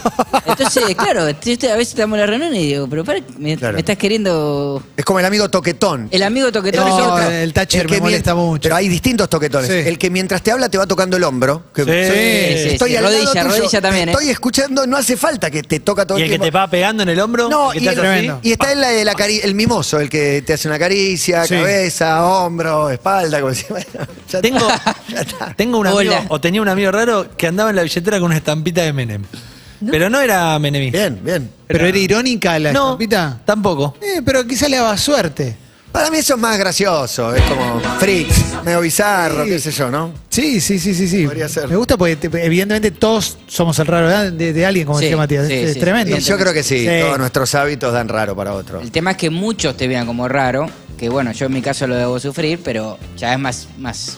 Speaker 3: Entonces, claro, yo a veces estamos en la reunión y digo, pero para, me,
Speaker 2: Claro.
Speaker 3: me estás queriendo...
Speaker 2: Es como el amigo toquetón.
Speaker 3: El amigo toquetón
Speaker 4: No,
Speaker 3: es otro.
Speaker 4: el Thatcher
Speaker 2: que
Speaker 4: me molesta
Speaker 2: mien-
Speaker 4: mucho.
Speaker 2: Pero hay distintos toquetones.
Speaker 4: Sí.
Speaker 2: El que mientras te habla te va tocando el hombro. Que-
Speaker 6: Sí. Sí,
Speaker 3: sí, sí.
Speaker 2: lado
Speaker 3: Rodilla,
Speaker 2: tuyo,
Speaker 3: rodilla
Speaker 2: te
Speaker 3: también, ¿eh?
Speaker 2: Estoy escuchando, no hace falta que te toca todo
Speaker 6: Y
Speaker 2: el,
Speaker 6: el que
Speaker 2: tiempo.
Speaker 6: te va pegando en el hombro.
Speaker 2: No,
Speaker 6: el
Speaker 2: y,
Speaker 6: que te
Speaker 2: el-
Speaker 6: hace así.
Speaker 4: Tremendo.
Speaker 2: y está el, el acari- el mimoso, el que te hace una caricia,
Speaker 4: Sí.
Speaker 2: cabeza, hombro, espalda, como si- bueno, ya
Speaker 6: Tengo,
Speaker 2: está, ya está.
Speaker 6: tengo un amigo,
Speaker 3: Hola.
Speaker 6: o tenía un amigo raro que andaba en la billetera con una estampita de Menem. Pero no era menemista.
Speaker 2: Bien, bien.
Speaker 4: Pero era irónica la
Speaker 6: No,
Speaker 4: estampita.
Speaker 6: tampoco.
Speaker 4: Eh, pero quizá le daba suerte.
Speaker 2: Para mí eso es más gracioso, es como freaks, medio bizarro, qué sé yo, ¿no?
Speaker 4: Sí, sí, sí, sí, sí.
Speaker 2: Podría ser.
Speaker 4: Me gusta porque te- evidentemente todos somos el raro de, de- de alguien, como
Speaker 3: Sí,
Speaker 4: decía Matías.
Speaker 3: sí,
Speaker 4: es, es
Speaker 3: sí.
Speaker 4: tremendo.
Speaker 2: Y yo creo que sí,
Speaker 4: Sí.
Speaker 2: todos nuestros hábitos dan raro para otros.
Speaker 3: El tema es que muchos te vean como raro, que bueno, yo en mi caso lo debo sufrir, pero ya es más, más,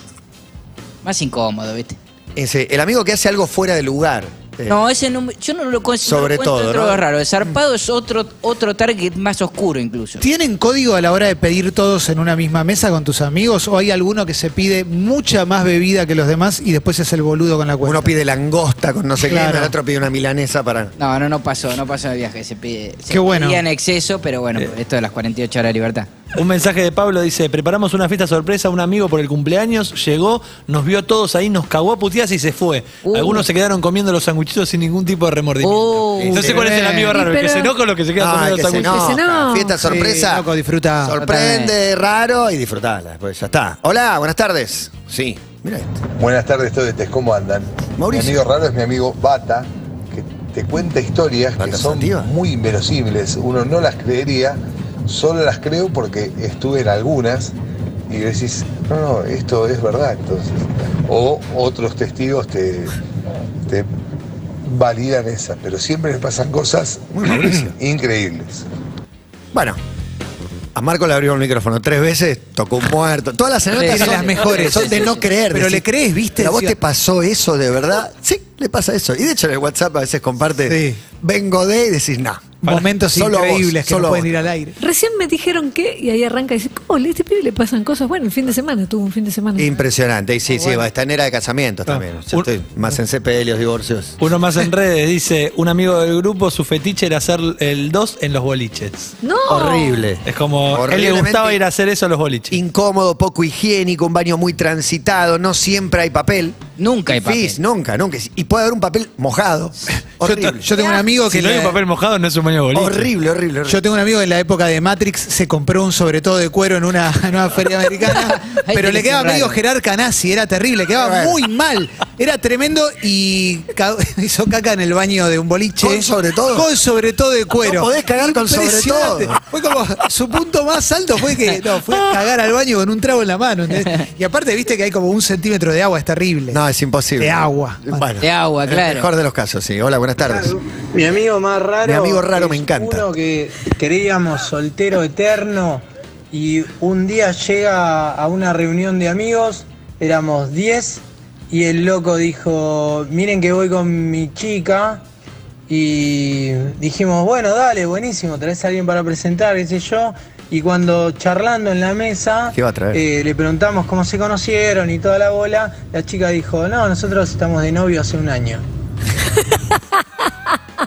Speaker 3: más incómodo, ¿viste?
Speaker 2: Ese, el amigo que hace algo fuera de lugar. eh,
Speaker 3: No, ese no, yo no lo considero
Speaker 2: Sobre
Speaker 3: no lo encuentro
Speaker 2: todo, ¿no?
Speaker 3: otro raro. El zarpado es otro, otro target más oscuro incluso.
Speaker 4: ¿Tienen código a la hora de pedir todos en una misma mesa con tus amigos? ¿O hay alguno que se pide mucha más bebida que los demás y después es el boludo con la cuenta?
Speaker 2: Uno pide langosta con no sé qué,
Speaker 4: Claro.
Speaker 2: el otro pide una milanesa para.
Speaker 3: No, no, no pasó, no pasó en el viaje. Se pide, se
Speaker 4: Qué bueno.
Speaker 3: pedía en exceso, pero bueno,
Speaker 2: Eh.
Speaker 3: esto de las 48 horas de libertad.
Speaker 6: Un mensaje de Pablo dice: Preparamos una fiesta sorpresa a un amigo por el cumpleaños. Llegó, nos vio a todos ahí, nos cagó a puteas y se fue.
Speaker 3: Uh.
Speaker 6: Algunos se quedaron comiendo los sanguchitos sin ningún tipo de remordimiento.
Speaker 3: Uh.
Speaker 6: no sé cuál es el amigo
Speaker 1: Y
Speaker 6: raro, el que
Speaker 1: pero-
Speaker 6: se enoja o el que se queda
Speaker 2: Ah,
Speaker 6: comiendo
Speaker 2: que
Speaker 6: los
Speaker 2: se
Speaker 6: sanguchitos.
Speaker 1: Que se
Speaker 2: enoja.
Speaker 1: enoja.
Speaker 2: Fiesta
Speaker 1: Sí,
Speaker 2: sorpresa.
Speaker 4: loco, disfrutá.
Speaker 2: Sorprende, raro y disfrutala. Después ya está. Hola, buenas tardes. Sí, mira esto.
Speaker 10: Buenas tardes, todos. ¿Cómo andan?
Speaker 2: Mauricio.
Speaker 10: Mi amigo raro es mi amigo Bata, que te cuenta historias que
Speaker 2: Bata
Speaker 10: son
Speaker 2: Sativa.
Speaker 10: muy inverosímiles. Uno no las creería, solo las creo porque estuve en algunas y decís, no, no, esto es verdad. Entonces, o otros testigos te, te validan esas, pero siempre les pasan cosas increíbles.
Speaker 2: Bueno. A Marco le abrió el micrófono tres veces, tocó un muerto. Todas las anécdotas
Speaker 3: Sí,
Speaker 2: son
Speaker 3: las mejores.
Speaker 2: Son de
Speaker 3: Sí, sí,
Speaker 2: no
Speaker 3: sí.
Speaker 2: creer.
Speaker 4: Pero le crees, ¿viste?
Speaker 2: ¿A vos
Speaker 4: Decía-
Speaker 2: te pasó eso de verdad? Sí, le pasa eso. Y de hecho en el WhatsApp a veces comparte,
Speaker 4: Sí.
Speaker 2: vengo de y decís, nah.
Speaker 4: Momentos
Speaker 2: Solo a vos,
Speaker 4: increíbles que
Speaker 2: solo
Speaker 4: no
Speaker 2: a
Speaker 4: pueden
Speaker 2: vos.
Speaker 4: ir al aire.
Speaker 1: Recién me dijeron que, y ahí arranca y dice, ¿cómo a este pibe le pasan cosas? Bueno, el fin de semana, tuvo un fin de semana.
Speaker 2: Impresionante. Y sí, sí, va, está en era de casamientos
Speaker 6: Ah,
Speaker 2: también. Yo
Speaker 6: un-
Speaker 2: estoy más en sepelios, divorcios.
Speaker 6: Uno más en redes dice: Un amigo del grupo, su fetiche era hacer el 2 en los boliches.
Speaker 1: No.
Speaker 2: Horrible.
Speaker 6: Es como, a él le
Speaker 2: Horriblemente-
Speaker 6: gustaba ir a hacer eso a los boliches.
Speaker 2: Incómodo, poco higiénico, un baño muy transitado, no siempre hay papel.
Speaker 3: Nunca hay papel.
Speaker 2: Difícil, nunca, nunca. Y puede haber un papel mojado.
Speaker 4: Yo,
Speaker 2: horrible.
Speaker 4: te- yo tengo un amigo que
Speaker 6: Si no hay
Speaker 4: le-
Speaker 6: un papel mojado, no es un baño de boliche.
Speaker 2: horrible, horrible, horrible.
Speaker 4: Yo tengo un amigo que en la época de Matrix se compró un sobre todo de cuero en una, en una feria americana,
Speaker 3: Ahí
Speaker 4: pero le
Speaker 3: tenés
Speaker 4: quedaba
Speaker 3: un raro.
Speaker 4: medio Gerard Canassi, era terrible, quedaba
Speaker 2: Bueno.
Speaker 4: muy mal, era tremendo y ca- hizo caca en el baño de un boliche.
Speaker 2: ¿Con sobre todo?
Speaker 4: Con sobre todo de cuero.
Speaker 2: podés cagar con sobre
Speaker 4: Impresionante.
Speaker 2: todo.
Speaker 4: Fue como, su punto más alto fue que, no, fue a cagar al baño con un trago en la mano. ¿entendés? Y aparte viste que hay como un centímetro de agua, es terrible.
Speaker 2: No, es imposible.
Speaker 4: De agua.
Speaker 2: Bueno,
Speaker 3: De agua,
Speaker 2: en
Speaker 3: claro.
Speaker 2: El mejor de los casos, sí. Hola, buenas tardes.
Speaker 11: Mi amigo más raro.
Speaker 2: Mi amigo raro me
Speaker 11: es
Speaker 2: encanta.
Speaker 11: Uno que creíamos soltero eterno y un día llega a una reunión de amigos, éramos 10 y el loco dijo, miren que voy con mi chica y dijimos, bueno, dale, buenísimo, traes a alguien para presentar, qué sé yo. Y cuando charlando en la mesa,
Speaker 2: ¿Qué va a traer?
Speaker 11: eh, le preguntamos cómo se conocieron y toda la bola, la chica dijo, no, nosotros estamos de novio hace un año.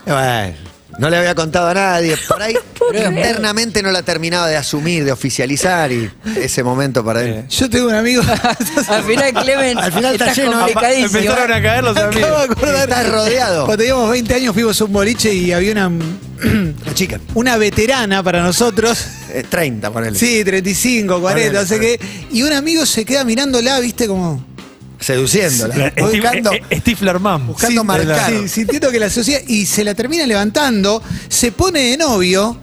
Speaker 2: Bueno, no le había contado a nadie. Por ahí
Speaker 3: creer.
Speaker 2: internamente no la terminaba de asumir, de oficializar y ese momento para él.
Speaker 4: Yo tengo un amigo.
Speaker 3: Al final, Clemen,
Speaker 2: Al final está
Speaker 3: estás
Speaker 2: lleno, ¿eh?
Speaker 3: complicadísimo.
Speaker 6: Empezaron a caer los amigos.
Speaker 4: Acabo de acordar.
Speaker 2: Estás rodeado.
Speaker 4: Cuando teníamos 20 años fuimos a un boliche y había una,
Speaker 2: La chica,
Speaker 4: una veterana para nosotros.
Speaker 2: eh, 30, ponele.
Speaker 4: Sí, 35, 40, no sé
Speaker 2: Ponele,
Speaker 4: qué. Y un amigo se queda mirándola, viste, como.
Speaker 2: Seduciéndola.
Speaker 6: Steve-
Speaker 2: Buscando.
Speaker 6: eh, eh, Stifler Mam.
Speaker 2: Buscando marcar.
Speaker 4: Sí, sintiendo que la sociedad. Y se la termina levantando, se pone de novio,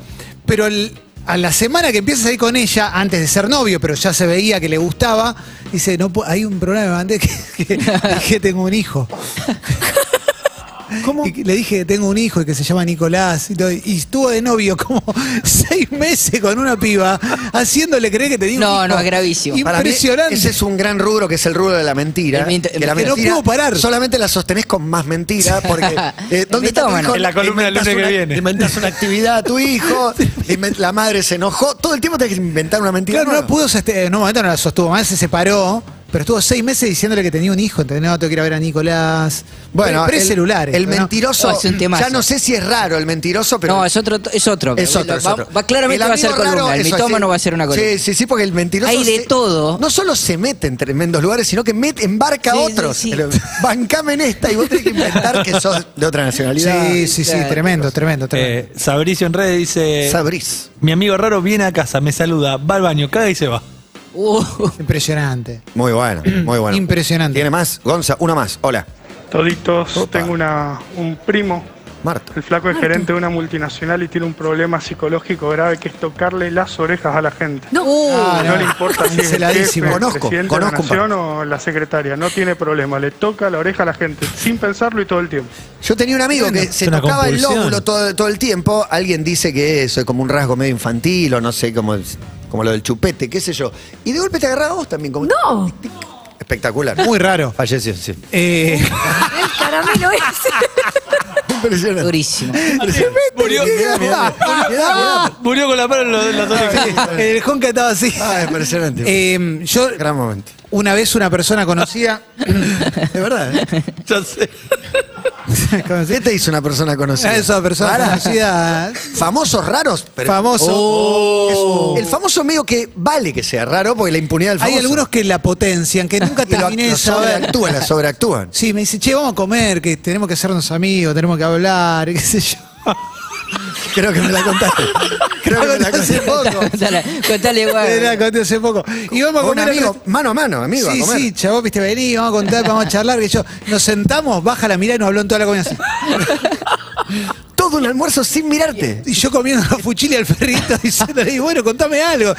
Speaker 4: pero el- a la semana que empiezas ahí con ella, antes de ser novio, pero ya se veía que le gustaba, dice, no, pu- hay un problema, me mandé que, que- que tengo un hijo. ¿Cómo? le dije, tengo un hijo y que se llama Nicolás. Y, todo, y estuvo de novio como seis meses con una piba, haciéndole creer que tenía un hijo.
Speaker 3: No, no, es gravísimo.
Speaker 2: Para mí,
Speaker 4: Impresionante.
Speaker 2: ese es un gran rubro que es el rubro de la mentira.
Speaker 3: El mint-
Speaker 2: que la
Speaker 3: que
Speaker 4: no
Speaker 2: mentira
Speaker 4: puedo parar.
Speaker 2: Solamente la sostenés con más mentira. Porque, eh, ¿dónde está tu
Speaker 3: Mitómano.
Speaker 2: hijo?
Speaker 6: En la columna del
Speaker 2: Inventás
Speaker 6: lunes que
Speaker 2: una-
Speaker 6: viene.
Speaker 2: Inventás una actividad a tu hijo. inven- la madre se enojó. Todo el tiempo tenés que inventar una mentira.
Speaker 4: Claro, no la
Speaker 2: nueva.
Speaker 4: pudo sostener, en un momento no la sostuvo más, se separó, pero estuvo seis meses diciéndole que tenía un hijo, ¿entendés? No, tengo que ir a ver a Nicolás.
Speaker 2: Bueno,
Speaker 4: Pre-
Speaker 2: el-
Speaker 4: celulares.
Speaker 2: El,
Speaker 4: ¿no?
Speaker 2: mentiroso.
Speaker 3: No, es un temazo.
Speaker 2: ya no sé si es raro el mentiroso, pero.
Speaker 3: No, es otro. Es otro.
Speaker 2: Es otro,
Speaker 3: Va-
Speaker 2: es otro.
Speaker 3: va- claramente
Speaker 2: El
Speaker 3: va a ser
Speaker 2: amigo
Speaker 3: columna.
Speaker 2: raro,
Speaker 3: el
Speaker 2: eso,
Speaker 3: mitómano
Speaker 2: sí.
Speaker 3: va a ser una columna.
Speaker 2: Sí, sí, sí, porque el mentiroso.
Speaker 3: Hay de
Speaker 2: se-
Speaker 3: todo.
Speaker 2: No solo se mete en tremendos lugares, sino que mete, embarca
Speaker 3: Sí,
Speaker 2: a
Speaker 3: sí,
Speaker 2: otros.
Speaker 3: sí.
Speaker 2: Pero Bancame en esta y vos tenés que inventar que sos de otra nacionalidad.
Speaker 4: Sí, sí, sí,
Speaker 3: Claro.
Speaker 4: tremendo, tremendo, tremendo.
Speaker 6: Eh, Sabricio en redes dice:
Speaker 2: Sabrís.
Speaker 6: Mi amigo raro viene a casa, me saluda, va al baño, caga y se va.
Speaker 3: Uh,
Speaker 4: Impresionante.
Speaker 2: Muy bueno, muy bueno.
Speaker 4: Impresionante.
Speaker 2: ¿Tiene más? Gonza, una más. Hola.
Speaker 12: Toditos,
Speaker 2: Opa.
Speaker 12: tengo una, un primo,
Speaker 2: Marta.
Speaker 12: el flaco es gerente de una multinacional y tiene un problema psicológico grave que es tocarle las orejas a la gente.
Speaker 1: No.
Speaker 4: Ah,
Speaker 12: No le importa si es el jefe,
Speaker 4: Canceladísimo.
Speaker 12: el
Speaker 2: Conozco,
Speaker 12: presidente
Speaker 2: conozco un
Speaker 12: de la nación o la secretaria, no tiene problema, le toca la oreja a la gente, sin pensarlo y todo el tiempo.
Speaker 2: Yo tenía un amigo
Speaker 6: Bueno,
Speaker 2: que se
Speaker 6: es una
Speaker 2: tocaba el
Speaker 6: compulsión.
Speaker 2: lóbulo todo, todo el tiempo. Alguien dice que eso es como un rasgo medio infantil o no sé, como, como lo del chupete, qué sé yo. Y de golpe te agarraba vos también. Como
Speaker 1: No.
Speaker 2: Espectacular.
Speaker 4: Muy raro.
Speaker 2: Falleció, sí.
Speaker 4: Eh,
Speaker 1: El caramelo ese.
Speaker 2: Impresionante.
Speaker 3: durísimo.
Speaker 6: Murió, murió con la mano en los- en las orejas.
Speaker 4: el Jonca estaba así.
Speaker 2: Ah, impresionante.
Speaker 4: Eh, yo,
Speaker 2: Gran momento.
Speaker 4: una vez una persona conocida.
Speaker 2: De verdad. ¿eh?
Speaker 6: Ya sé.
Speaker 2: ¿Qué te hizo una persona conocida?
Speaker 4: Ah, Esa persona conocida.
Speaker 2: Famosos raros. pero-
Speaker 4: Famoso.
Speaker 2: Oh. Es- el famoso medio que vale que sea raro porque la impunidad del famoso.
Speaker 4: Hay algunos que la potencian, que nunca
Speaker 2: que lo,
Speaker 4: terminé de
Speaker 2: lo
Speaker 4: saber.
Speaker 2: sobreactúan, la sobreactúan.
Speaker 4: Sí, me dice, che, vamos a comer, que tenemos que hacernos amigos, tenemos que hablar, qué sé yo.
Speaker 2: Creo que me la contaste. Creo que me la
Speaker 4: Hace
Speaker 2: contaste.
Speaker 4: poco.
Speaker 3: Contale, contale
Speaker 4: Era,
Speaker 3: igual.
Speaker 4: conté hace poco. Y vamos a
Speaker 2: Con un
Speaker 4: comer. al
Speaker 2: amigo,
Speaker 4: rest-
Speaker 2: mano a mano, amigo,
Speaker 4: Sí,
Speaker 2: a comer.
Speaker 4: sí, chavos, viste, vení, vamos a contar, vamos a charlar. Que yo, nos sentamos, baja la mirada y nos habló en toda la comida. así.
Speaker 2: Todo un almuerzo sin mirarte.
Speaker 4: Y yo comiendo la fuchila al perrito diciéndole, y bueno, contame algo.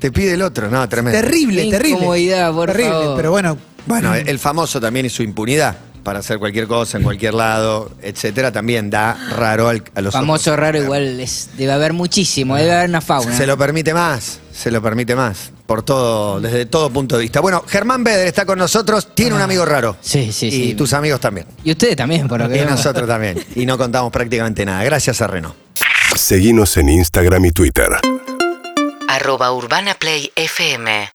Speaker 2: Te pide el otro. No, tremendo.
Speaker 4: Terrible,
Speaker 3: Qué
Speaker 4: terrible.
Speaker 3: incomodidad, por
Speaker 4: terrible,
Speaker 3: favor.
Speaker 4: pero bueno,
Speaker 2: Bueno, el famoso también y su impunidad para hacer cualquier cosa en cualquier lado, etcétera, también da raro al- a los
Speaker 3: Famoso
Speaker 2: ojos.
Speaker 3: raro igual es, debe haber muchísimo, debe haber una fauna.
Speaker 2: Se lo permite más, se lo permite más, por todo, desde todo punto de vista. Bueno, Germán Beder está con nosotros, tiene un amigo raro.
Speaker 3: Sí, sí,
Speaker 2: y
Speaker 3: sí.
Speaker 2: tus amigos también.
Speaker 3: Y ustedes también, por lo que
Speaker 2: Y
Speaker 3: veo.
Speaker 2: nosotros también. Y no contamos prácticamente nada. Gracias a Reno.
Speaker 13: Seguimos en Instagram y Twitter.
Speaker 14: arroba urbanaplayfm